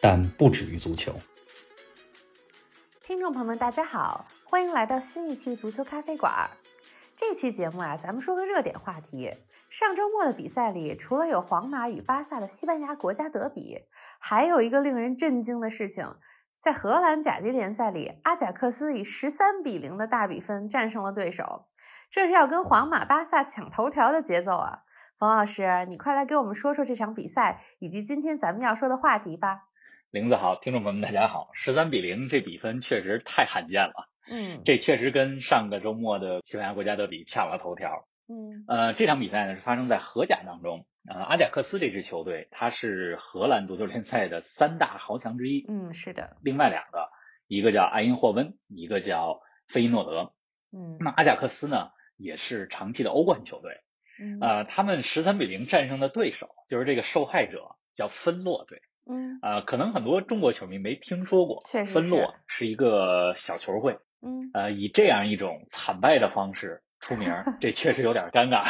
但不止于足球。听众朋友们，大家好，欢迎来到新一期足球咖啡馆。这期节目啊，咱们说个热点话题。上周末的比赛里，除了有皇马与巴萨的西班牙国家德比，还有一个令人震惊的事情，在荷兰甲级联赛里，阿贾克斯以十三比零的大比分战胜了对手，这是要跟皇马、巴萨抢头条的节奏啊！冯老师，你快来给我们说说这场比赛以及今天咱们要说的话题吧。玲子好，听众朋友们大家好，十三比零这比分确实太罕见了，嗯这确实跟上个周末的西班牙国家德比抢了头条。嗯呃，这场比赛呢是发生在荷甲当中，呃，阿贾克斯这支球队它是荷兰足球联赛的三大豪强之一，嗯，是的，另外两个一个叫埃因霍温，一个叫费伊诺德。嗯那阿贾克斯呢也是长期的欧冠球队，嗯呃，他们十三比零战胜的对手就是这个受害者叫芬洛队。嗯呃，可能很多中国球迷没听说过，确实芬是洛是一个小球会，嗯，呃，以这样一种惨败的方式出 名儿，这确实有点尴尬。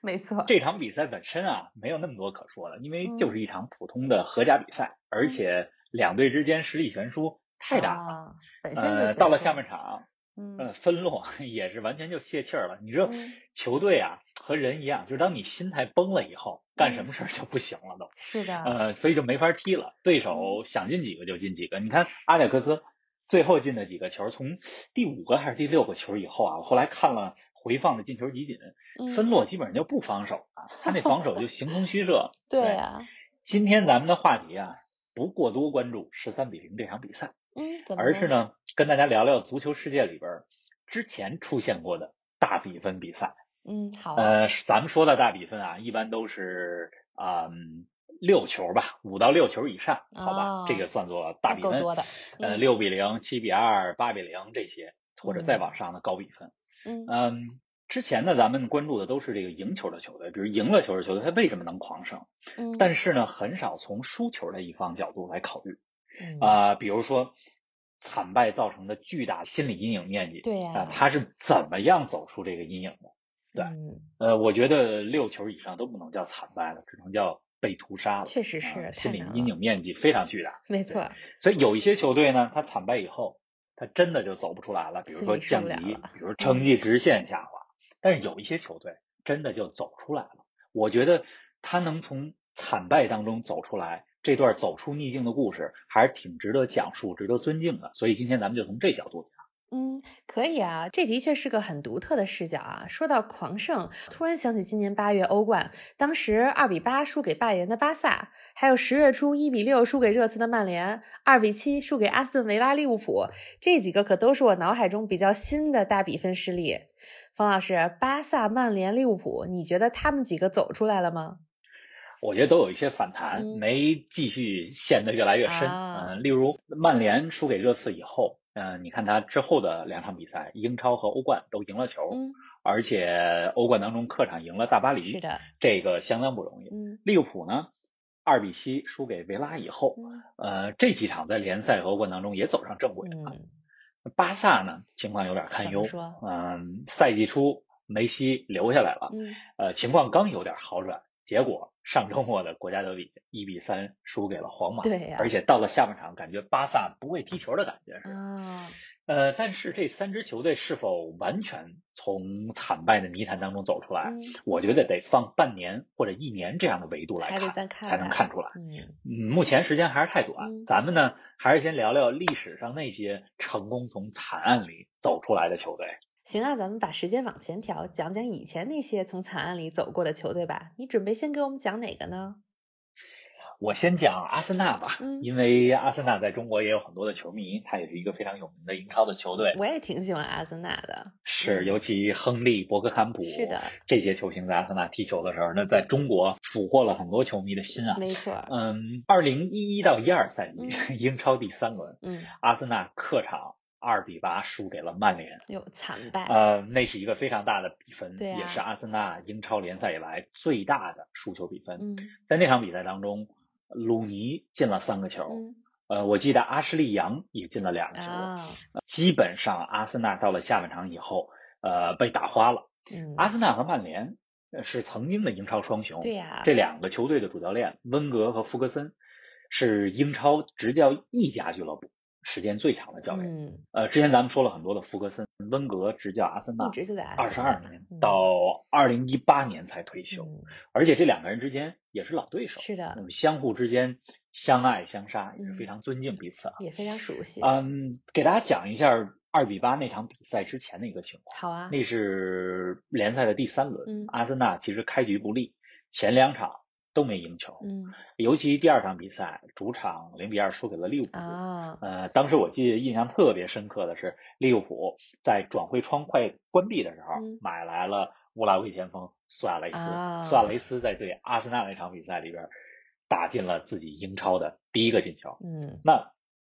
没错，这场比赛本身啊，没有那么多可说的，因为嗯就是一场普通的荷甲比赛，而且两队之间实力悬殊太大了。啊，本身就呃，是到了这下样半，场，嗯呃，芬洛 也是完全就泄气儿了。你说嗯球队啊，和人一样，就是当你心态崩了以后，干嗯什么事儿就不行了都。是的，呃，所以就没法踢了。对手嗯想进几个就进几个。你看阿贾克斯最后进的几个球，从第五个还是第六个球以后啊，我后来看了回放的进球集锦，嗯。芬洛基本上就不防守啊，他那防守就形同虚设对啊呀，今天咱们的话题啊，不过多关注十三比零这场比赛，嗯，怎么而是呢，跟大家聊聊足球世界里边儿之前出现过的大比分比赛。嗯，好啊，呃，咱们说到大比分啊，一般都是啊、嗯六球吧，五到六球以上，好吧，哦这个算作大那比够分。多的呃，嗯六比零、七比二、八比零这些，或者再嗯往上的高比分。嗯嗯，之前呢，咱们关注的都是这个赢球的球队，比如赢了球的球队，他为什么能狂胜？嗯，但是呢，很少从输球的一方角度来考虑嗯啊、比如说惨败造成的巨大心理阴影面积，对呀啊、他是怎么样走出这个阴影的？对嗯呃，我觉得六球以上都不能叫惨败了，只能叫被屠杀了。确实啊是太心理难了阴影面积非常巨大。没错，所以有一些球队呢，他惨败以后，他真的就走不出来了，比如心说里受降不了级，了比如成绩直线下滑。但是有一些球队真的就走出来了，我觉得他能从惨败当中走出来，这段走出逆境的故事还是挺值得讲述、值得尊敬的。所以今天咱们就从这角度讲。嗯，可以啊，这的确是个很独特的视角啊。说到狂胜，突然想起今年八月欧冠，当时二比八输给拜仁的巴萨，还有十月初一比六输给热刺的曼联，二比七输给阿斯顿维拉利物浦，这几个可都是我脑海中比较新的大比分失利。冯老师，巴萨、曼联、利物浦，你觉得他们几个走出来了吗？我觉得都有一些反弹，嗯没继续陷得越来越深。啊嗯，例如曼联输给热刺以后，嗯、你看他之后的两场比赛，英超和欧冠都赢了球，嗯，而且欧冠当中客场赢了大巴黎，是的，这个相当不容易。嗯利物浦呢，二比七输给维拉以后，嗯呃，这几场在联赛和欧冠当中也啊走上正轨了。嗯，巴萨呢，情况有点堪怎么忧，说？嗯、赛季初梅西留下来了，嗯呃，情况刚有点好转，结果上周末的国家德比一比三输给了皇马，对呀而且到了下半场，感觉巴萨不会踢球的感觉是。啊，呃，但是这三支球队是否完全从惨败的泥潭当中走出来，嗯，我觉得得放半年或者一年这样的维度来还得看，再看才能看出来。嗯嗯，目前时间还是太短，嗯咱们呢还是先聊聊历史上那些成功从惨案里走出来的球队。行啊，咱们把时间往前调，讲讲以前那些从惨案里走过的球队吧。你准备先给我们讲哪个呢？我先讲阿森纳吧，嗯因为阿森纳在中国也有很多的球迷，它也是一个非常有名的英超的球队，我也挺喜欢阿森纳的。是嗯尤其亨利、伯克汉普是的，这些球星在阿森纳踢球的时候，那在中国俘获了很多球迷的心啊。没错 儿，嗯，二零一一到一二赛季、英超第三轮，嗯，阿森纳客场二比八输给了曼联。有惨败，呃，那是一个非常大的比分，对也啊是阿森纳英超联赛以来最大的输球比分。嗯在那场比赛当中，鲁尼进了三个球，嗯呃，我记得阿什利杨也进了两个球。啊，基本上阿森纳到了下半场以后，呃，被打花了。嗯，阿森纳和曼联呃是曾经的英超双雄，对啊呀，这两个球队的主教练温格和福格森是英超执教一家俱乐部时间最长的教练。嗯，呃，之前咱们说了很多的福格森，温格执教阿森纳一直就在阿二十森纳二年嗯，到二零一八年才退休，嗯而且这两个人之间也是老对手，嗯是那的，么相互之间相爱相杀，也是嗯非常尊敬彼此啊。也非常熟悉。嗯，给大家讲一下二比八那场比赛之前的一个情况。好啊，那是联赛的第三嗯轮，阿森纳其实开局不利，前两场都没赢球，嗯尤其第二场比赛主场零比二输给了利物浦。啊，呃，当时我记得印象特别深刻的是，利物浦在转会窗快关闭的时候、嗯买来了乌拉圭前锋苏亚雷斯。啊苏亚雷斯在对阿森纳那场比赛里边打进了自己英超的第一个进球。 嗯那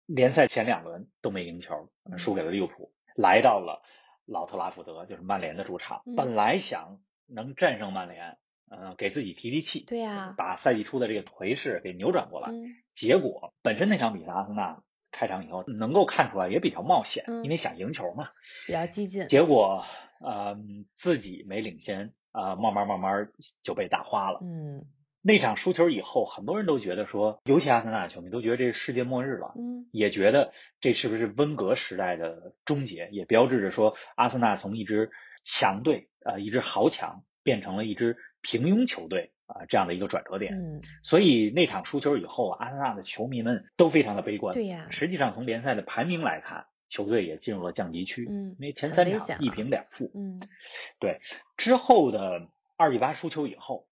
联赛前两轮都没赢球，呃嗯输给了利物浦，来到了老特拉福德，就是曼联的主场。嗯本来想能战胜曼联，呃，给自己提提气，对呀把赛季初的这个颓势给扭转过来。嗯结果本身那场比赛，阿森纳开场以后能够看出来也比较冒险，嗯因为想赢球嘛。比较激进，结果，呃，自己没领先，啊、慢慢慢慢就被打花了。嗯那场输球以后，很多人都觉得说，尤其阿森纳的球迷都觉得这是世界末日了。嗯也觉得这是不是温格时代的终结，也标志着说阿森纳从一支强队啊、呃一支豪强变成了一支平庸球队啊、这样的一个转折点。嗯，所以那场输球以后，阿森纳的球迷们都非常的悲观。对呀，实际上从联赛的排名来看，球队也进入了降级区，嗯因为前很三危场险一了平两负。嗯之后的二比八输球以后，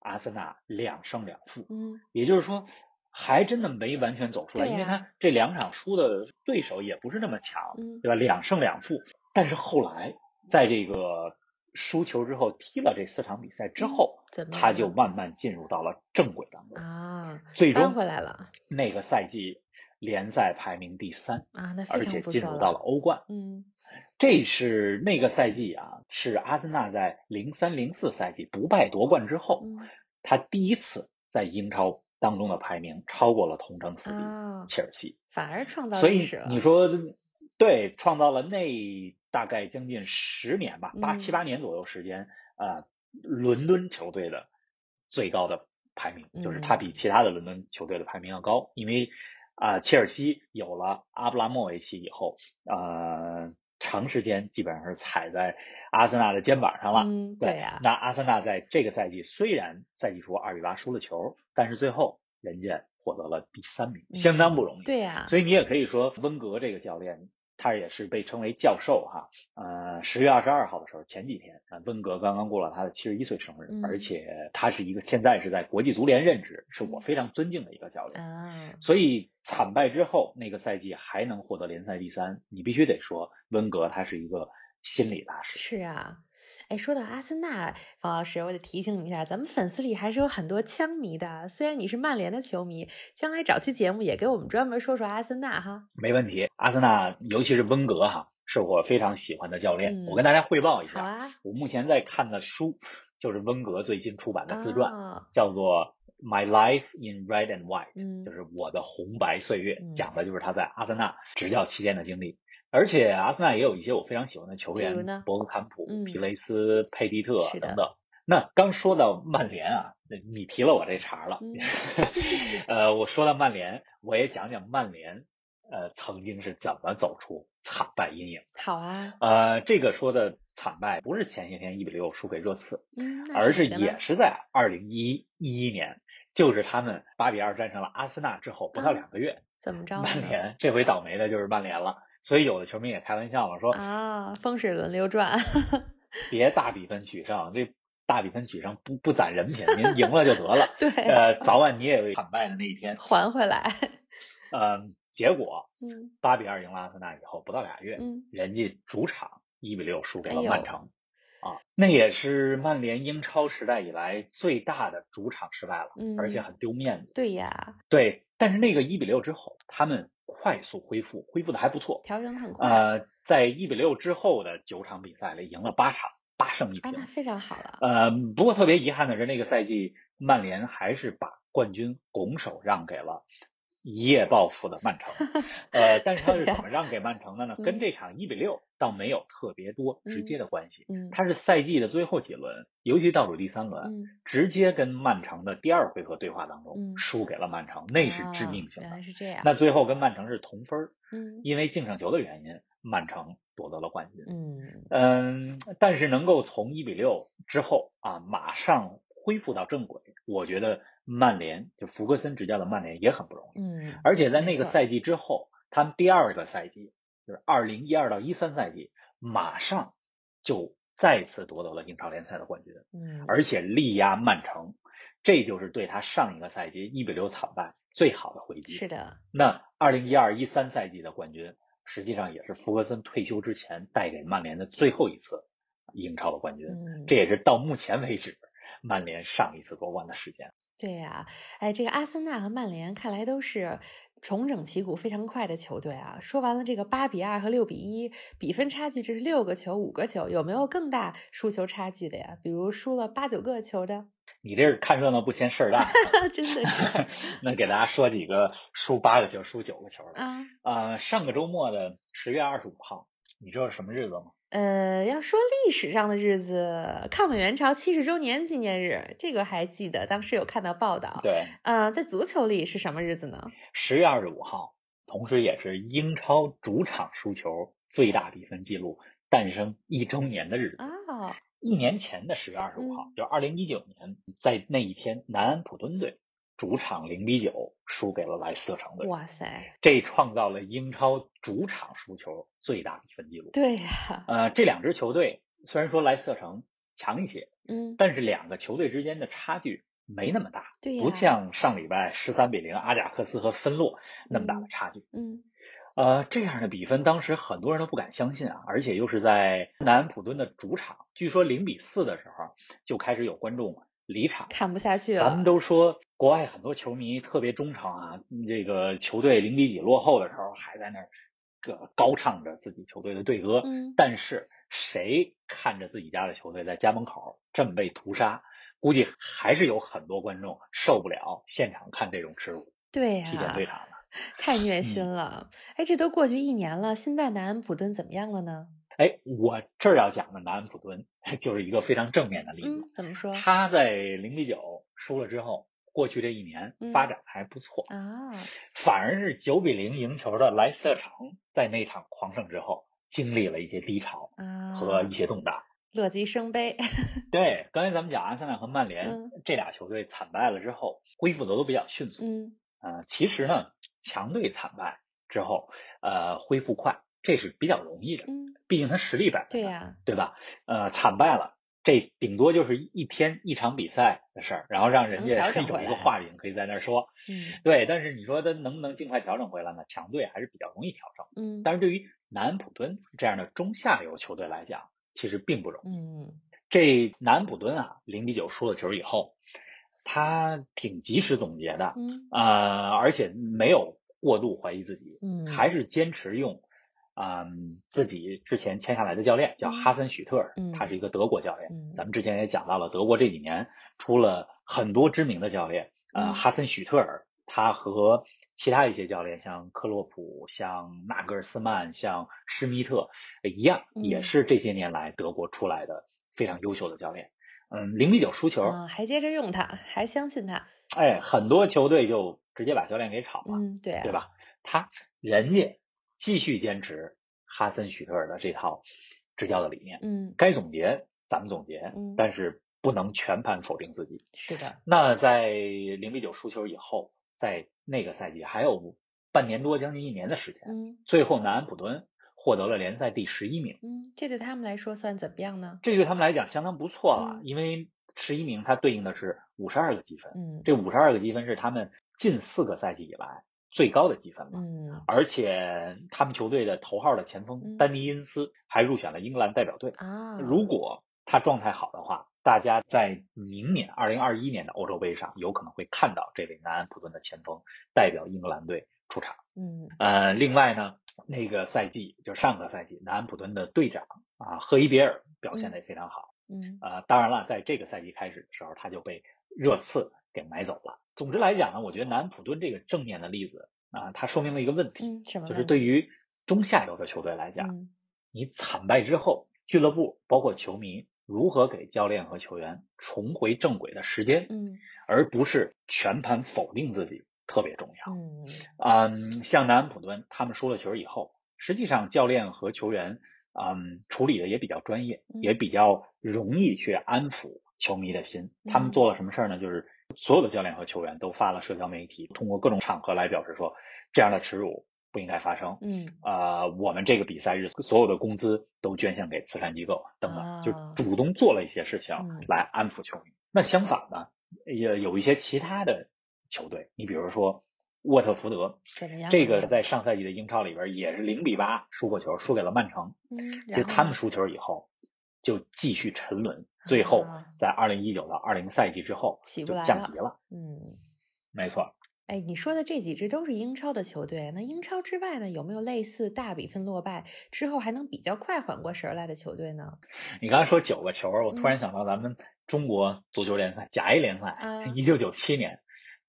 阿森纳两胜两负，嗯也就是说，还真的没完全走出来，对因为呀他这两场输的对手也不是那么强，嗯对吧？两胜两负，但是后来在这个输球之后踢了这四场比赛之后，怎么他样就呢慢慢进入到了正轨当中，嗯啊，最扳终回来了那个赛季联赛排名第三，啊，那非而常且不进错入到了欧冠。嗯这是那个赛季啊，是阿森纳在零三零四赛季不败夺冠之后，嗯他第一次在英超当中的排名超过了同城死敌啊，切尔西，反而创造所历以史了，你说对，创造了那大概将近十年吧，八嗯七八年左右时间啊、伦敦球队的最高的排名，就是它嗯比其他的伦敦球队的排名要高，因为啊、切尔西有了阿布拉莫维奇以后，呃，长时间基本上是踩在阿森纳的肩膀上了。嗯对对呀，那阿森纳在这个赛季虽然赛季初二比八输了球，但是最后人家获得了第三名，嗯相当不容易。对呀，所以你也可以说，温格这个教练，他也是被称为教授哈。呃，十月二十二号的时候，前几天，啊，温格刚刚过了他的七十一岁生日，嗯而且他是一个现在是在国际足联任职，是嗯我非常尊敬的一个教练。啊，所以惨败之后，那个赛季还能获得联赛第三，你必须得说温格他是一个心理大师。是啊，哎，说到阿森纳，方老师，我得提醒你一下，咱们粉丝里还是有很多枪迷的。虽然你是曼联的球迷，将来找期节目也给我们专门说说阿森纳哈。没问题，阿森纳尤其是温格哈，是我非常喜欢的教练。嗯我跟大家汇报一好下，啊，我目前在看的书就是温格最新出版的自传。啊叫做《My Life in Red and White》，嗯就是我的红白岁月，嗯讲的就是他在阿森纳执教期间的经历。而且阿森纳也有一些我非常喜欢的球比如员呢，博格坎普、嗯皮雷斯、佩蒂特是的等等。那刚说到曼联啊，你提了我这茬儿了。 嗯呃，我说到曼联，我也讲讲曼联，呃，曾经是怎么走出惨败阴影。好啊，呃，这个说的惨败不是前些天一比六输给热刺，嗯，那而是谁的呢也是在二零一一年，就是他们八比二战胜了阿森纳之后不到啊两个月，怎么着了曼呢联这回倒霉的就是曼联了。所以有的球迷啊也开玩笑了，说啊，风水轮流转， 别大比分取胜，这大比分取胜不不攒人品，您赢了就得 ，了对，呃， 早晚你也有惨败的那一天。还回来。呃，结果 嗯八比二赢了阿森纳以后，不到俩月，嗯，人家主场一比六输给哎了呦曼城，啊，那也是曼联英超时代以来最大的主场失败了，而且嗯很丢面子。对呀，对，但是那个一比六之后，他们快速恢复，恢复的还不错。调整很快，呃，在一比六之后的九场比赛里，赢了八场，八胜一啊，那平。非常好了。呃，不过特别遗憾的是，那个赛季曼联还是把冠军拱手让给了一夜暴富的 曼城。呃，但是他对是呀怎么让给曼城的呢？嗯跟这场一比六倒没有特别多直接的关系。嗯他是赛季的最后几轮，尤其倒数第三轮，嗯，直接跟曼城的第二回合对话当中嗯输给了曼城，那是致啊命性原的来。是这样。那最后跟曼城是同分儿，嗯因为净胜球的原因，曼城夺得了冠军。嗯嗯，但是能够从一比六之后啊，马上恢复到正轨，我觉得曼联就福格森执教的曼联也很不容易。嗯，而且在没那个错赛季之后，他们第二个赛季就是二零一二到一三赛季，马上就再次夺得了英超联赛的冠军，嗯而且力压曼城，这就是对他上一个赛季一比六惨败最好的回击。是的，那二零一二一三赛季的冠军，实际上也是福格森退休之前带给曼联的最后一次英超的冠军，嗯，这也是到目前为止曼联上一次夺冠的时间。对呀、哎，这个阿森纳和曼联看来都是重整旗鼓非常快的球队啊。说完了这个八比二和六比一比分差距，这是六个球、五个球，有没有更大输球差距的呀？比如输了八九个球的， 你这是看热闹不嫌事儿大，真的是那给大家说几个输八个球、输九个球的。啊。呃，上个周末的十月二十五号，你知道是什么日子吗？呃，要说历史上的日子，抗美援朝七十周年纪念日，这个还记得，当时有看到报道。对，呃，在足球里是什么日子呢？十月二十五号，同时也是英超主场输球最大比分记录诞生一周年的日子。哦，一年前的十月二十五嗯号，就二零一九年，在那一天，南安普敦队主场零比九输给了莱斯特城队，哇塞，这创造了英超主场输球最大比分记录。对呀、呃，这两支球队虽然说莱斯特城强一些，嗯，但是两个球队之间的差距没那么大，对呀、不像上礼拜十三比零阿贾克斯和芬洛那么大的嗯差距。嗯呃，这样的比分当时很多人都不敢相信啊，而且又是在南安普敦的主场，据说零比四的时候就开始有观众离场。看不下去了，咱们都说国外很多球迷特别忠诚啊，这个球队零比几落后的时候还在那儿个高唱着自己球队的队歌，嗯但是谁看着自己家的球队在家门口这么被屠杀，估计还是有很多观众受不了现场看这种耻辱，对呀、踢检队嗯场了。太虐心了。哎，这都过去一年了，现在南安普敦怎么样了呢？嗯哎，我这儿要讲的南安普敦就是一个非常正面的例嗯子。，怎么说他在零比九输了之后，过去这一年嗯发展还不错，啊？反而是九比零赢球的莱斯特城，在那场狂胜之后，经历了一些低潮啊，和一些动荡。乐极生悲，对，刚才咱们讲阿森纳和曼联、嗯这俩球队惨败了之后，恢复的都比较迅速。嗯呃，其实呢，强队惨败之后，呃，恢复快，这是比较容易的，嗯，毕竟他实力摆在对那儿 呀、对吧？呃，惨败了，这顶多就是一天一场比赛的事儿，然后让人能家调整有回一个来话柄可以在那儿说。嗯对，但是你说他能不能尽快调整回来呢？强队还是比较容易调整，嗯但是对于南安普敦这样的中下游球队来讲，其实并不容易。嗯这南安普敦啊，零比九输了球以后，他挺及时总结的，嗯呃，而且没有过度怀疑自己，嗯，还是坚持用，嗯，自己之前签下来的教练叫嗯哈森许特尔，嗯他是一个德国教练。嗯咱们之前也讲到了，德国这几年出了很多知名的教练，嗯呃，哈森许特尔，他和其他一些教练，像克洛普、像纳格尔斯曼、像施密特呃一样，嗯也是这些年来德国出来的非常优秀的教练。嗯，零比九输球，啊，还接着用它，还相信它，哎，很多球队就直接把教练给炒了。嗯，对、啊，对？吧？他人家继续坚持哈森许特尔的这套执教的理念，嗯，该总结咱们总结嗯，但是不能全盘否定自己。是的，那在零比九输球以后，在那个赛季还有半年多，将近一年的时间，嗯最后南安普敦获得了联赛第十一名，嗯，这对他们来说算怎么样呢？这对他们来讲相当不错嗯，了因为十一名它对应的是五十二个积分，嗯这五十二个积分是他们近四个赛季以来最高的积分了。嗯而且他们球队的头号的前嗯锋丹尼因斯还入选了英格兰代表队。啊，如果他状态好的话，大家在明年二零二一年的欧洲杯上有可能会看到这位南安普顿的前锋代表英格兰队出场。嗯呃，另外呢，那个赛季就上个赛季南安普顿的队长啊赫伊别尔表现的也非常好。嗯呃，当然了，在这个赛季开始的时候，他就被热刺给买走了。总之来讲呢，我觉得南安普顿这个正面的例子啊，它说明了一个问题，嗯，什么就是问对题于中下游的球队来讲，嗯你惨败之后，俱乐部包括球迷如何给教练和球员重回正轨的时间，嗯而不是全盘否定自己，特别重要。嗯嗯，像南安普顿他们输了球以后，实际上教练和球员，嗯，处理的也比较专业，嗯也比较容易去安抚球迷的心。他嗯们做了什么事儿呢？就是所有的教练和球员都发了社交媒体，通过各种场合来表示说，这样的耻辱不应该发生。嗯呃，我们这个比赛日所有的工资都捐献给慈善机构等等，就啊主动做了一些事情嗯来安抚球迷。那相反呢，也有一些其他的球队，你比如说沃特福德，怎么样？这个在上赛季的英超里边也是零比八输过球，输给了曼城。嗯，然就后他们呢输球以后，就继续沉沦，最后啊在二零一九到二零赛季之后起就不来降了级了。嗯。没错，哎，你说的这几支都是英超的球队，那英超之外呢，有没有类似大比分落败之后还能比较快缓过神儿来的球队呢？你刚才说九个球，我嗯突然想到咱们中国足球联赛甲 A 联啊赛，一九九七年，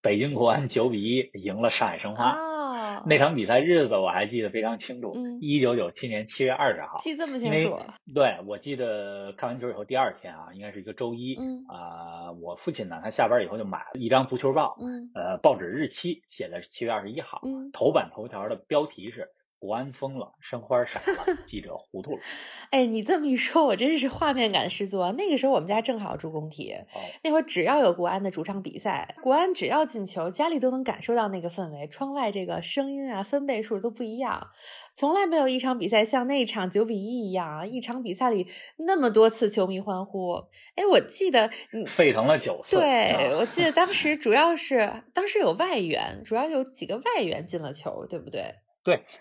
北京国安九比一赢了上海申花。哦，啊那场比赛日子我还记得非常清楚嗯，一九九七年七月二十号。记这么清因为楚，对，我记得看完球以后第二天啊，应该是一个周一嗯啊、我父亲呢，他下班以后就买了一张足球报，嗯呃，报纸日期写的是七月二十一号，嗯，头版头条的标题是“国安疯了，申花傻了， 记者糊涂了哎，你这么一说，我真是画面感十足啊！那个时候我们家正好住工体，”。哦，那会儿只要有国安的主场比赛，国安只要进球，家里都能感受到那个氛围，窗外这个声音啊、分贝数都不一样。从来没有一场比赛像那一场九比一一样啊，一场比赛里那么多次球迷欢呼。哎，我记得你。沸腾了九次。对，啊我记得当时主要是当时有外援，主要有几个外援进了球，对不对？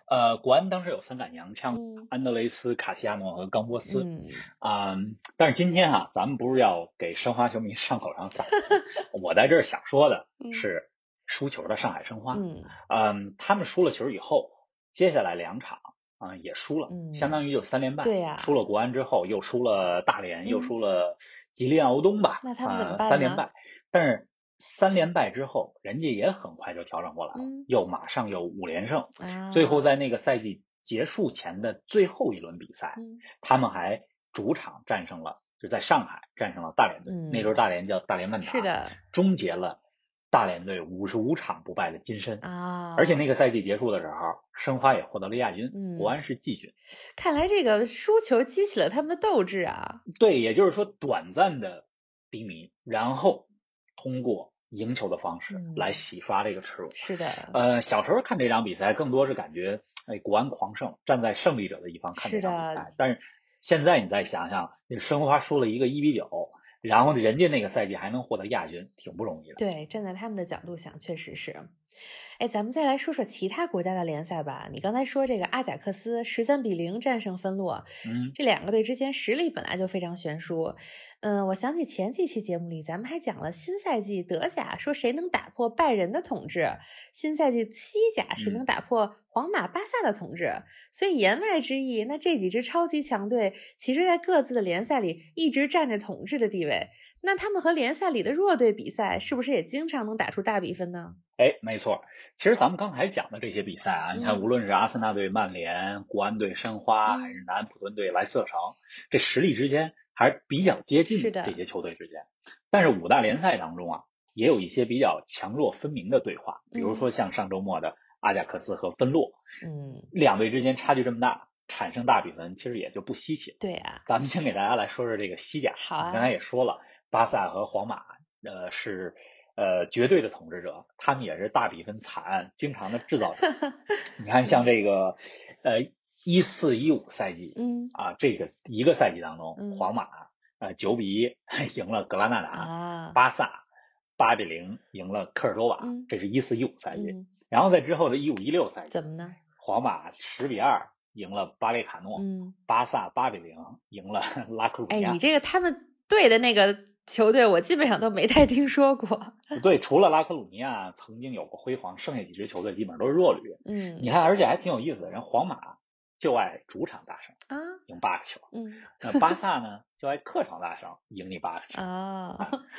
呃，国安当时有三杆洋枪，嗯安德雷斯、卡西亚诺和冈波斯。嗯，啊、但是今天啊，咱们不是要给申花球迷上口上撒 盐，我在这儿想说的嗯是输球的上海申花，嗯嗯他们输了球以后，接下来两场啊、也输了，嗯相当于就三连败，对呀输了国安之后，又输了大连，嗯又输了吉林敖东吧，那他们怎么办呃、三连呢败，但是三连败之后，人家也很快就调整过来了，嗯又马上有五连胜，啊，最后在那个赛季结束前的最后一轮比赛。嗯他们还主场战胜了，就在上海战胜了大连队。嗯那时候大连叫大连万达，是，的终结了大连队五十五场不败的金身。啊，而且那个赛季结束的时候，申花也获得了亚军，嗯国安是季军。看来这个输球激起了他们的斗志啊。对，也就是说短暂的低迷，然后通过赢球的方式嗯来洗刷这个耻辱。是的，呃，小时候看这场比赛，更多是感觉，哎，国安狂胜，站在胜利者的一方看是这场的比赛。但是现在你再想想，那申花输了一个一比九，然后人家那个赛季还能获得亚军，挺不容易的。对，站在他们的角度想，确实是。哎，咱们再来说说其他国家的联赛吧。你刚才说这个阿贾克斯十三比零战胜芬洛，嗯，这两个队之间实力本来就非常悬殊。嗯，我想起前几期节目里，咱们还讲了新赛季德甲，说谁能打破拜仁的统治；新赛季西甲谁能嗯打破皇马、巴萨的统治。所以言外之意，那这几支超级强队，其实在各自的联赛里一直占着统治的地位。那他们和联赛里的弱队比赛，是不是也经常能打出大比分呢？哎，没错。其实咱们刚才讲的这些比赛啊，你嗯看，无论是阿森纳对曼联、国安对申花，嗯还是南安普顿对莱斯特城，这实力之间还是比较接近是的这些球队之间。但是五大联赛当中啊，也有一些比较强弱分明的对话，比如说像上周末的阿贾克斯和芬洛，嗯，两队之间差距这么大，产生大比分其实也就不稀奇了。对啊，咱们先给大家来说说这个西甲。好啊你刚才也说了，巴萨和皇马，呃，是呃绝对的统治者，他们也是大比分惨案经常的制造者。 你看，像这个，呃，一四一五赛季嗯啊，这个一个赛季当嗯中，皇马呃九比一 赢了格拉纳达，啊，巴萨八比零赢了科尔多瓦嗯，这是一四一五赛季。嗯，然后在之后的一五一六赛季，怎么呢？皇马十比二赢了巴列卡诺，嗯，巴萨八比零赢了拉科鲁哎尼，亚你。这个他们队的那个球队，我基本上都没太听说过。对，除了拉科鲁尼亚曾经有过辉煌，剩下几支球队基本上都是弱旅。嗯，你看，而且还挺有意思的，人皇马就爱主场大胜，啊，赢八个球； 嗯那巴萨呢，就爱客场大胜，赢你八个球。啊，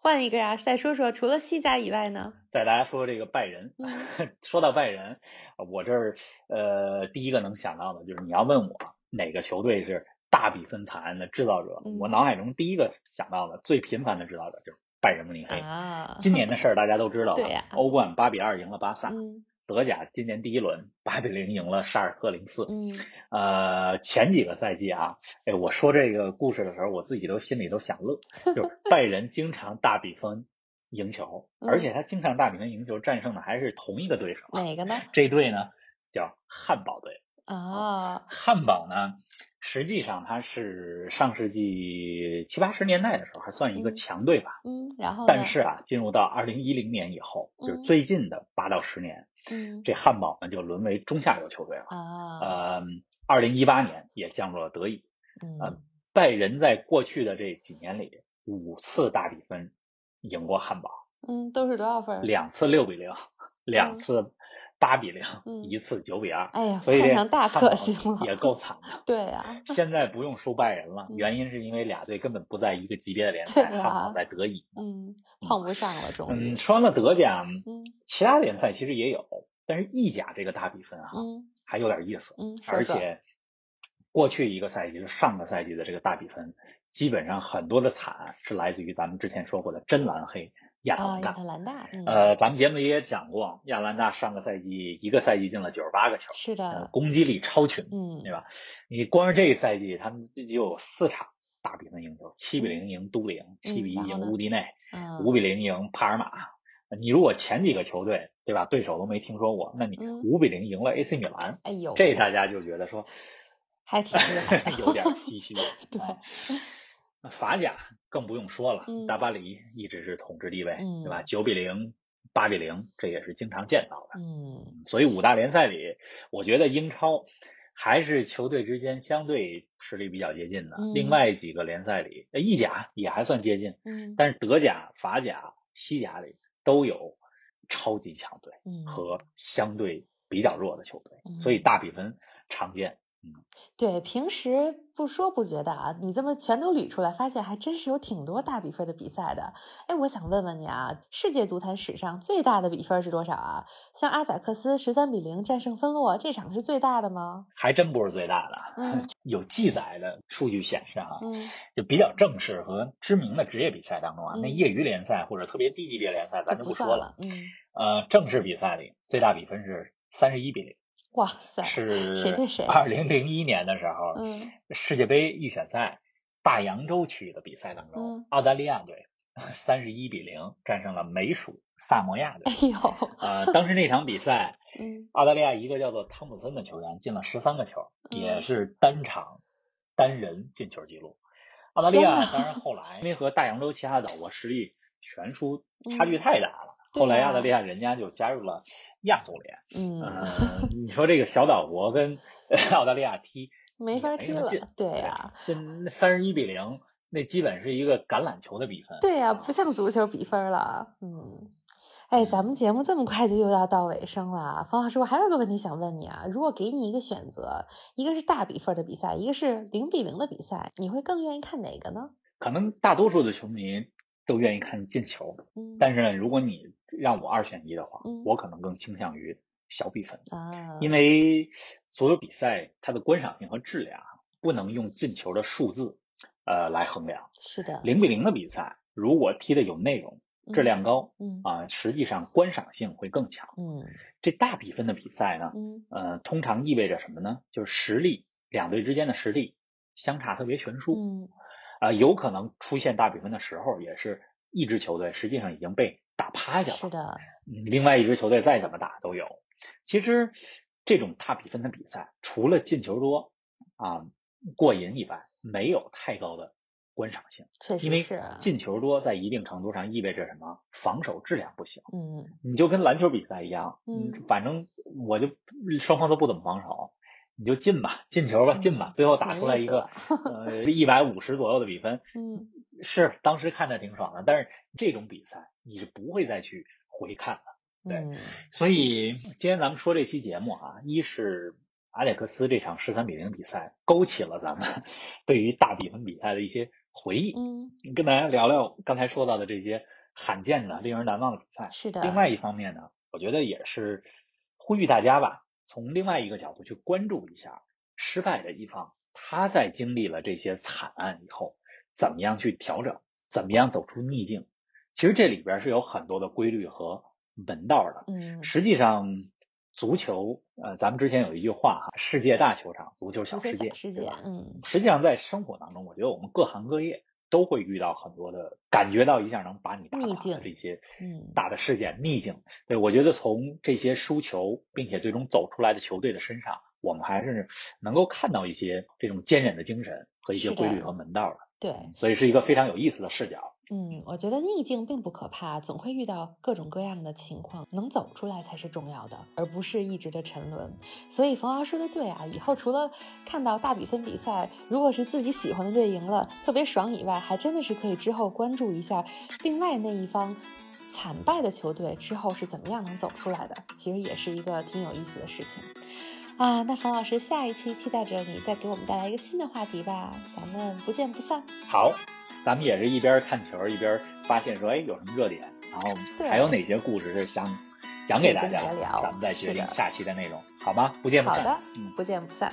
换一个呀，再说说除了西甲以外呢？再大家说这个拜仁，嗯 说到拜仁，我这儿呃第一个能想到的就是你要问我哪个球队是大比分惨案的制造者，嗯我脑海中第一个想到的最频繁的制造者就是拜仁慕尼黑。啊，今年的事儿大家都知道对了，呀欧冠八比二赢了巴萨，嗯德甲今年第一轮八比零赢了沙尔克零四。嗯呃，前几个赛季啊，哎，我说这个故事的时候，我自己都心里都想 乐，就是拜仁经常大比分赢球，嗯而且他经常大比分赢球战胜的还是同一个对手啊、哪个呢？这队呢叫汉堡队。啊，汉堡呢，实际上它是上世纪七八十年代的时候还算一个嗯强队吧，嗯，然后呢？但是啊，进入到二零一零年以后，就是嗯最近的八到十年，嗯这汉堡呢就沦为中下游球队了。啊，呃，二零一八年也降入了德乙。嗯拜仁在过去的这几年里，五次大比分赢过汉堡，嗯，都是多少分儿？两次六比零，两次八比零，嗯一次九比二。哎呀，所以看这上大汉克堡星了，也够惨 的。对呀，现在不用输拜仁了，嗯原因是因为俩队根本不在一个级别的联对啊赛，汉呀堡在德乙。嗯，碰不上了，终于嗯，，说完了德甲，嗯其他联赛其实也有，但是意甲这个大比分啊，嗯还有点意思。嗯，说而说且过去一个赛季，就是上个赛季的这个大比分，基本上很多的惨是来自于咱们之前说过的真蓝黑亚特啊，兰亚大。特兰大，嗯，呃，咱们节目里也讲过，亚特兰大上个赛季一个赛季进了九十八个球，是呃，的，攻击力超群。嗯对吧你光是这一赛季，他们就有四场大比分赢球，七比零赢都灵，七比嗯一然后赢呢乌迪内，啊，五比零赢帕尔马。你如果前几个球队对吧，对手都没听说过，那你嗯五比零赢了 AC 米兰，哎呦，这大家就觉得说还挺厉害 的， 有点唏嘘。对啊，那法甲更不用说了，嗯大巴黎一直是统治地位，对吧？嗯九比零、八比零，这也是经常见到的。嗯所以五大联赛里，我觉得英超还是球队之间相对实力比较接近的。嗯另外几个联赛里，呃意甲也还算接近，嗯但是德甲、法甲、西甲里都有超级强队嗯，和相对比较弱的球队，所以嗯大比分常见。对，平时不说不觉得啊，你这么全都捋出来，发现还真是有挺多大比分的比赛的。哎，我想问问你啊，世界足坛史上最大的比分是多少啊？像阿贾克斯十三比零战胜芬洛，这场是最大的 吗？还真不是最大的，啊嗯有记载的数据显示啊，嗯就比较正式和知名的职业比赛当中啊，那嗯业余联赛或者特别低级别联赛咱就就不不算说了嗯呃，正式比赛里最大比分是三十一比零，哇塞，是谁对谁二零零一年的时候，嗯世界杯预选赛大洋洲区的比赛当中，嗯澳大利亚队三十一比零战胜了美属萨摩亚哎队。呦，呃，当时那场比赛，嗯澳大利亚一个叫做汤普森的球员进了十三个球，也嗯是单场单人进球记录。澳大利天亚呐当然后来因为和大洋洲其他岛国实力悬殊差距嗯太大了，对后来呀澳大利亚人家就加入了亚足联。嗯， 呃，你说这个小岛国跟 澳大利亚踢没法也踢什么了劲，对呀、这那三十一比零，那基本是一个橄榄球的比分。啊对呀、啊不像足球比分了。嗯，哎，咱们节目这么快就又要到尾声了，啊冯老师，我还有个问题想问你啊，如果给你一个选择，一个是大比分的比赛，一个是零比零的比赛，你会更愿意看哪个呢？可能大多数的球迷都愿意看进球，嗯，但是呢，如果你让我二选一的话，嗯我可能更倾向于小比分，啊，因为为所有比赛它的观赏性和质量啊不能用进球的数字呃来衡量。是的，零比零的比赛，如果踢的有内容，质嗯量高嗯啊、实际上观赏性会更强。嗯这大比分的比赛呢，嗯呃，通常意味着什么呢？就是实力两队之间的实力相差特别悬殊，嗯啊、有可能出现大比分的时候，也是一支球队实际上已经被打趴下是了，的，嗯另外一支球队再怎么打都有。其实这种大比分的比赛，除了进球多啊、过瘾以外，没有太高的观赏性，确实因为是啊，进球多在一定程度上意味着什么？防守质量不行。嗯你就跟篮球比赛一样，嗯反正我就双方都不怎么防守，你就进吧，进球吧，进吧，最后打嗯没出来意一思个了 呃一百五十左右的比分，嗯，是当时看着挺爽的，但是这种比赛你是不会再去回看的。对嗯所以今天咱们说这期节目啊，一是阿贾克斯这场十三比零比赛勾起了咱们 对于大比分比赛的一些回忆，嗯，跟大家聊聊刚才说到的这些罕见的、令人难忘的比赛。是的，另外一方面呢，我觉得也是呼吁大家吧，从另外一个角度去关注一下失败的一方，他在经历了这些惨案以后，怎么样去调整，怎么样走出逆境。其实这里边是有很多的规律和门道的。嗯，实际上，足球，呃，咱们之前有一句话哈，世界大球场，足球小足球世界，小世界对吧？，嗯实际上，在生活当中，我觉得我们各行各业都会遇到很多的，感觉到一下能把你打逆倒的境这些嗯大的事件、逆境。对我觉得从这些输球，并且最终走出来的球队的身上，我们还是能够看到一些这种坚韧的精神和一些是的规律和门道的。对，所以是一个非常有意思的视角。嗯，我觉得逆境并不可怕，总会遇到各种各样的情况，能走出来才是重要的，而不是一直的沉沦。所以冯瑶说的对啊，以后除了看到大比分比赛，如果是自己喜欢的队赢了，特别爽以外，还真的是可以之后关注一下另外那一方惨败的球队之后是怎么样能走出来的，其实也是一个挺有意思的事情。啊，那冯老师，下一期期待着你再给我们带来一个新的话题吧，咱们不见不散。好，咱们也是一边看球一边发现说，哎，有什么热点，然后对还有哪些故事是想讲给大家可以跟大家聊的，咱们再决是定的下期的内容，好吗？不见不好散。的嗯，不见不散。